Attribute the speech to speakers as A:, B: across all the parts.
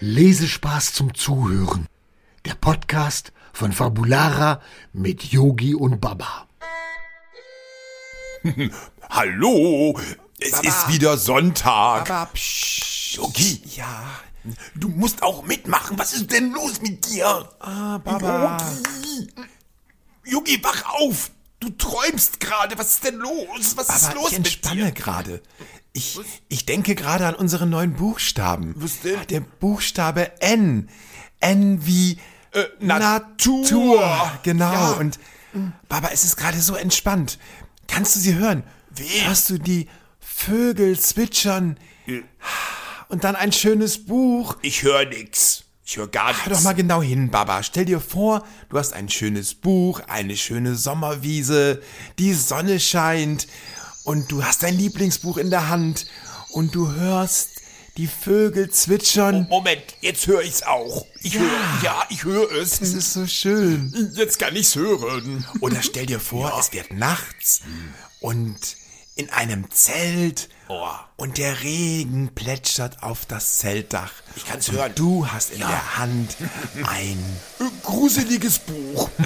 A: Lesespaß zum Zuhören. Der Podcast von Fabulara mit Yogi und Baba.
B: Hallo, es
C: Baba.
B: ist wieder Sonntag.
C: Aber psch,
B: Yogi.
C: Ja.
B: Du musst auch mitmachen. Was ist denn los mit dir?
C: Ah, Baba.
B: Yogi, wach auf. Du träumst gerade. Was ist denn los? Was ist
C: Baba,
B: los
C: ich
B: mit dir?
C: entspanne gerade. Ich, ich denke gerade an unsere neuen Buchstaben. Ah,
B: Was denn?
C: Der Buchstabe N. N wie
B: Äh, Natur.
C: Genau.
B: Ja.
C: Und Baba, es ist gerade so entspannt. Kannst du sie hören?
B: Wen?
C: Hörst du die Vögel zwitschern? Und dann ein schönes Buch.
B: Äh. Ich höre nix. Ich höre gar nichts.
C: Hör doch mal genau hin, Baba. Stell dir vor, du hast ein schönes Buch, eine schöne Sommerwiese, die Sonne scheint und du hast dein Lieblingsbuch in der Hand und du hörst die Vögel zwitschern.
B: Moment, jetzt höre ich's auch. Ich höre, ja, ich höre es.
C: Das ist so schön.
B: Jetzt kann ich's hören.
C: Oder stell dir vor, es wird nachts und in einem Zelt
B: Oh.
C: und der Regen plätschert auf das Zeltdach. Ich
B: kann's
C: und
B: hören.
C: Du hast in der Hand ein
B: Gruseliges Buch.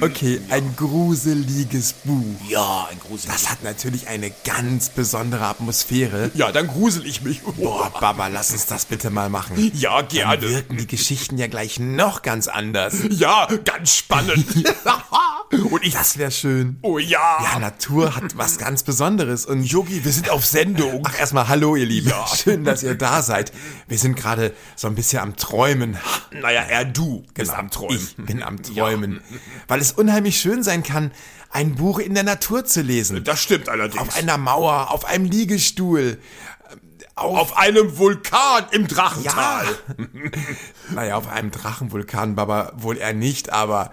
C: Okay, ein gruseliges Buch.
B: Ja, ein gruseliges.
C: Das hat natürlich eine ganz besondere Atmosphäre.
B: Ja, dann grusel ich mich.
C: Boah, Baba, lass uns das bitte mal machen.
B: Ja,
C: Dann
B: gerne.
C: wirken die Geschichten ja gleich noch ganz anders.
B: Ja, ganz spannend. Und ich.
C: Das wäre schön.
B: Oh ja.
C: Ja, Natur hat was ganz Besonderes und
B: Yogi, wir sind auf Sendung.
C: Ach, erstmal hallo, ihr Lieben.
B: Ja.
C: Schön, dass ihr da seid. Wir sind gerade so ein bisschen am Träumen. Genau.
B: Naja, er du bist am Träumen.
C: Ich bin am Träumen. Weil es unheimlich schön sein kann, ein Buch in der Natur zu lesen.
B: Das stimmt allerdings.
C: Auf einer Mauer, auf einem Liegestuhl.
B: Auf einem Vulkan im Drachental.
C: Naja, auf einem Drachenvulkan, Baba, wohl eher nicht, aber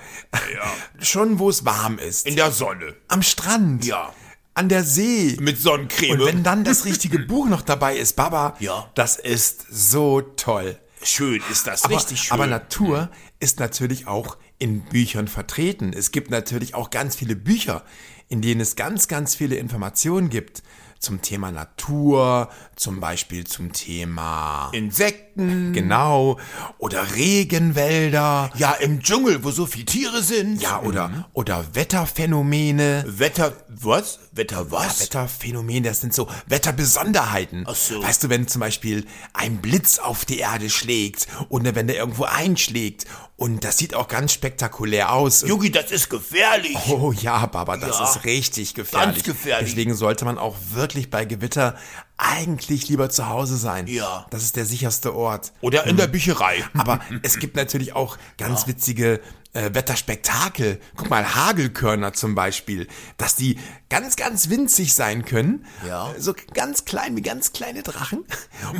C: schon wo es warm ist.
B: In der Sonne.
C: Am Strand.
B: Ja.
C: An der See.
B: Mit Sonnencreme.
C: Und wenn dann das richtige Buch noch dabei ist, Baba,
B: Ja.
C: das ist so toll.
B: schön ist das,
C: Aber,
B: richtig schön. Mhm.
C: aber Natur ist natürlich auch in Büchern vertreten. Es gibt natürlich auch ganz viele Bücher, in denen es ganz, ganz viele Informationen gibt zum Thema Natur, zum Beispiel zum Thema
B: Insekten.
C: genau oder Regenwälder.
B: Mhm. Ja, Mhm. im Dschungel, wo so viele Tiere sind.
C: Ja, oder, oder Wetterphänomene.
B: Wetter, was? Wetter was?
C: Wetterphänomene, das sind so Wetterbesonderheiten.
B: Ach so.
C: Weißt du, wenn zum Beispiel ein Blitz auf die Erde schlägt oder wenn der irgendwo einschlägt und das sieht auch ganz spektakulär aus. Und-
B: Yogi, das ist gefährlich.
C: Oh ja, Baba, das
B: Ja.
C: ist richtig gefährlich.
B: Ganz gefährlich.
C: Deswegen sollte man auch wirklich bei Gewitter eigentlich lieber zu Hause sein.
B: Ja.
C: Das ist der sicherste Ort.
B: Oder in der Bücherei.
C: Mhm. Aber es gibt natürlich auch ganz witzige äh, Wetterspektakel. Guck mal, Hagelkörner zum Beispiel, dass die ganz, ganz winzig sein können.
B: Ja.
C: So ganz klein wie ganz kleine Drachen.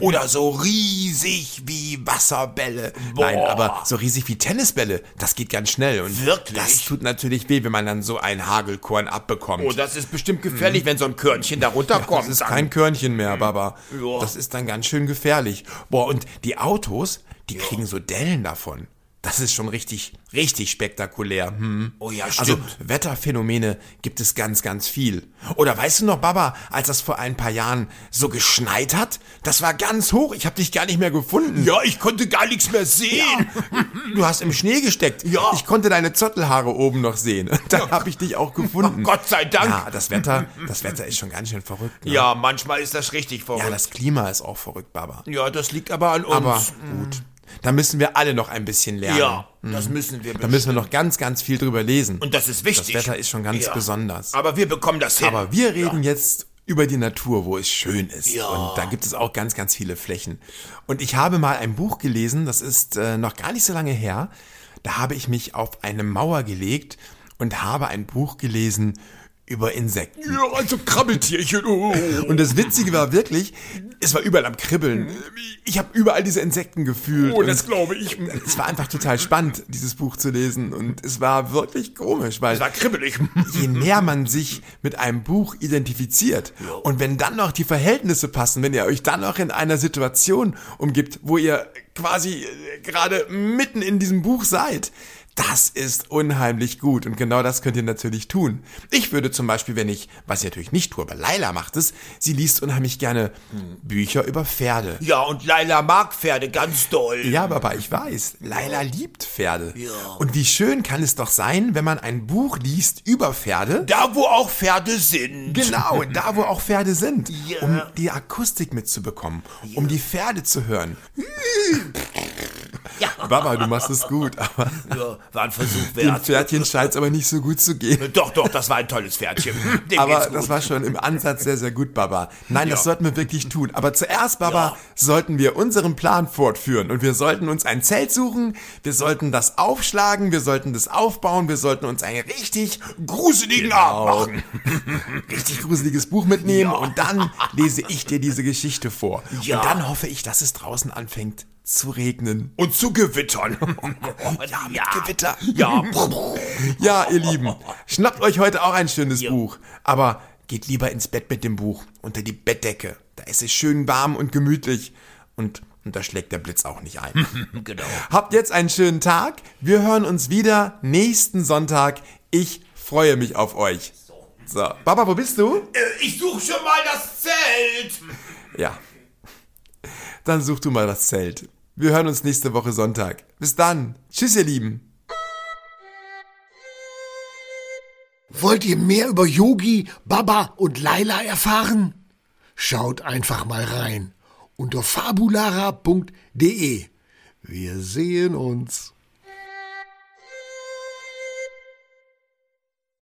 C: Oder so riesig wie Wasserbälle. Nein,
B: Boah.
C: aber so riesig wie Tennisbälle. Das geht ganz schnell. Und
B: Wirklich?
C: Das tut natürlich weh, wenn man dann so ein Hagelkorn abbekommt.
B: Oh, das ist bestimmt gefährlich, wenn so ein Körnchen da runterkommt.
C: Mhm. Das ist
B: dann.
C: kein Körnchen mehr, Baba.
B: Ja.
C: Das ist dann ganz schön gefährlich. Boah, und die Autos, die kriegen so Dellen davon. Das ist schon richtig, richtig spektakulär. Hm.
B: Oh ja,
C: Also
B: stimmt.
C: Wetterphänomene gibt es ganz, ganz viel. Oder weißt du noch, Baba, als das vor ein paar Jahren so geschneit hat? Das war ganz hoch. Ich habe dich gar nicht mehr gefunden.
B: ja, ich konnte gar nichts mehr sehen.
C: Du hast im Schnee gesteckt.
B: Ja.
C: Ich konnte deine Zottelhaare oben noch sehen. Und dann habe ich dich auch gefunden.
B: Gott sei Dank.
C: Ja, das Wetter, das Wetter ist schon ganz schön verrückt. ne?
B: Ja, manchmal ist das richtig
C: Ja,
B: verrückt.
C: das Klima ist auch verrückt, Baba.
B: Ja, das liegt aber an uns.
C: Aber gut, da müssen wir alle noch ein bisschen lernen.
B: ja, das müssen wir.
C: mhm. Da müssen wir noch ganz, ganz viel drüber lesen.
B: Und das ist wichtig.
C: Das Wetter ist schon ganz
B: Ja. Ah,
C: besonders.
B: Aber wir bekommen das hin.
C: Aber wir reden jetzt über die Natur, wo es schön ist.
B: Ja.
C: Und da gibt es auch ganz, ganz viele Flächen. Und ich habe mal ein Buch gelesen, das ist äh, noch gar nicht so lange her. Da habe ich mich auf eine Mauer gelegt und habe ein Buch gelesen über Insekten.
B: Ja, also Krabbeltierchen. Oh.
C: Und das Witzige war wirklich, es war überall am Kribbeln. Ich habe überall diese Insekten gefühlt.
B: Oh, das
C: Und
B: glaube ich.
C: Es war einfach total spannend, dieses Buch zu lesen. Und es war wirklich komisch, weil
B: Das war kribbelig.
C: je näher man sich mit einem Buch identifiziert und wenn dann noch die Verhältnisse passen, wenn ihr euch dann noch in einer Situation umgibt, wo ihr quasi äh, gerade mitten in diesem Buch seid, Das ist unheimlich gut und genau das könnt ihr natürlich tun. Ich würde zum Beispiel, wenn ich, was ich natürlich nicht tue, aber Laila macht es, sie liest unheimlich gerne Bücher über Pferde.
B: Ja, und Laila mag Pferde ganz doll.
C: Ja, Papa, ich weiß, Laila liebt Pferde. Und wie schön kann es doch sein, wenn man ein Buch liest über Pferde.
B: Da, wo auch Pferde sind.
C: Genau, da wo auch Pferde sind,
B: Ja.
C: um die Akustik mitzubekommen, um die Pferde zu hören.
B: Ja.
C: Baba, du machst es gut, aber
B: Ja, war ein Versuch
C: dem
B: wert.
C: Pferdchen scheint es aber nicht so gut zu gehen.
B: Doch, doch, das war ein tolles Pferdchen. Dem
C: Aber
B: geht's gut.
C: das war schon im Ansatz sehr, sehr gut, Baba. Nein, das
B: Ja.
C: sollten wir wirklich tun. Aber zuerst, Baba,
B: Ja.
C: sollten wir unseren Plan fortführen. Und wir sollten uns ein Zelt suchen, wir sollten das aufschlagen, wir sollten das aufbauen, wir sollten uns einen richtig
B: gruseligen
C: Genau.
B: Abend machen.
C: richtig gruseliges Buch mitnehmen und dann lese ich dir diese Geschichte vor.
B: Ja.
C: Und dann hoffe ich, dass es draußen anfängt zu regnen.
B: Und zu Gewittern. ja, mit Gewitter. Ja.
C: Ja, ihr Lieben, schnappt euch heute auch ein schönes Buch. Aber geht lieber ins Bett mit dem Buch, unter die Bettdecke. Da ist es schön warm und gemütlich. Und, und da schlägt der Blitz auch nicht ein.
B: genau.
C: Habt jetzt einen schönen Tag. Wir hören uns wieder nächsten Sonntag. Ich freue mich auf euch. So, Baba, wo bist du?
B: Äh, Ich suche schon mal das Zelt.
C: Ja. Dann such du mal das Zelt. Wir hören uns nächste Woche Sonntag. Bis dann. Tschüss, ihr Lieben.
A: Wollt ihr mehr über Yogi, Baba und Laila erfahren? Schaut einfach mal rein unter fabulara.de. Wir sehen uns.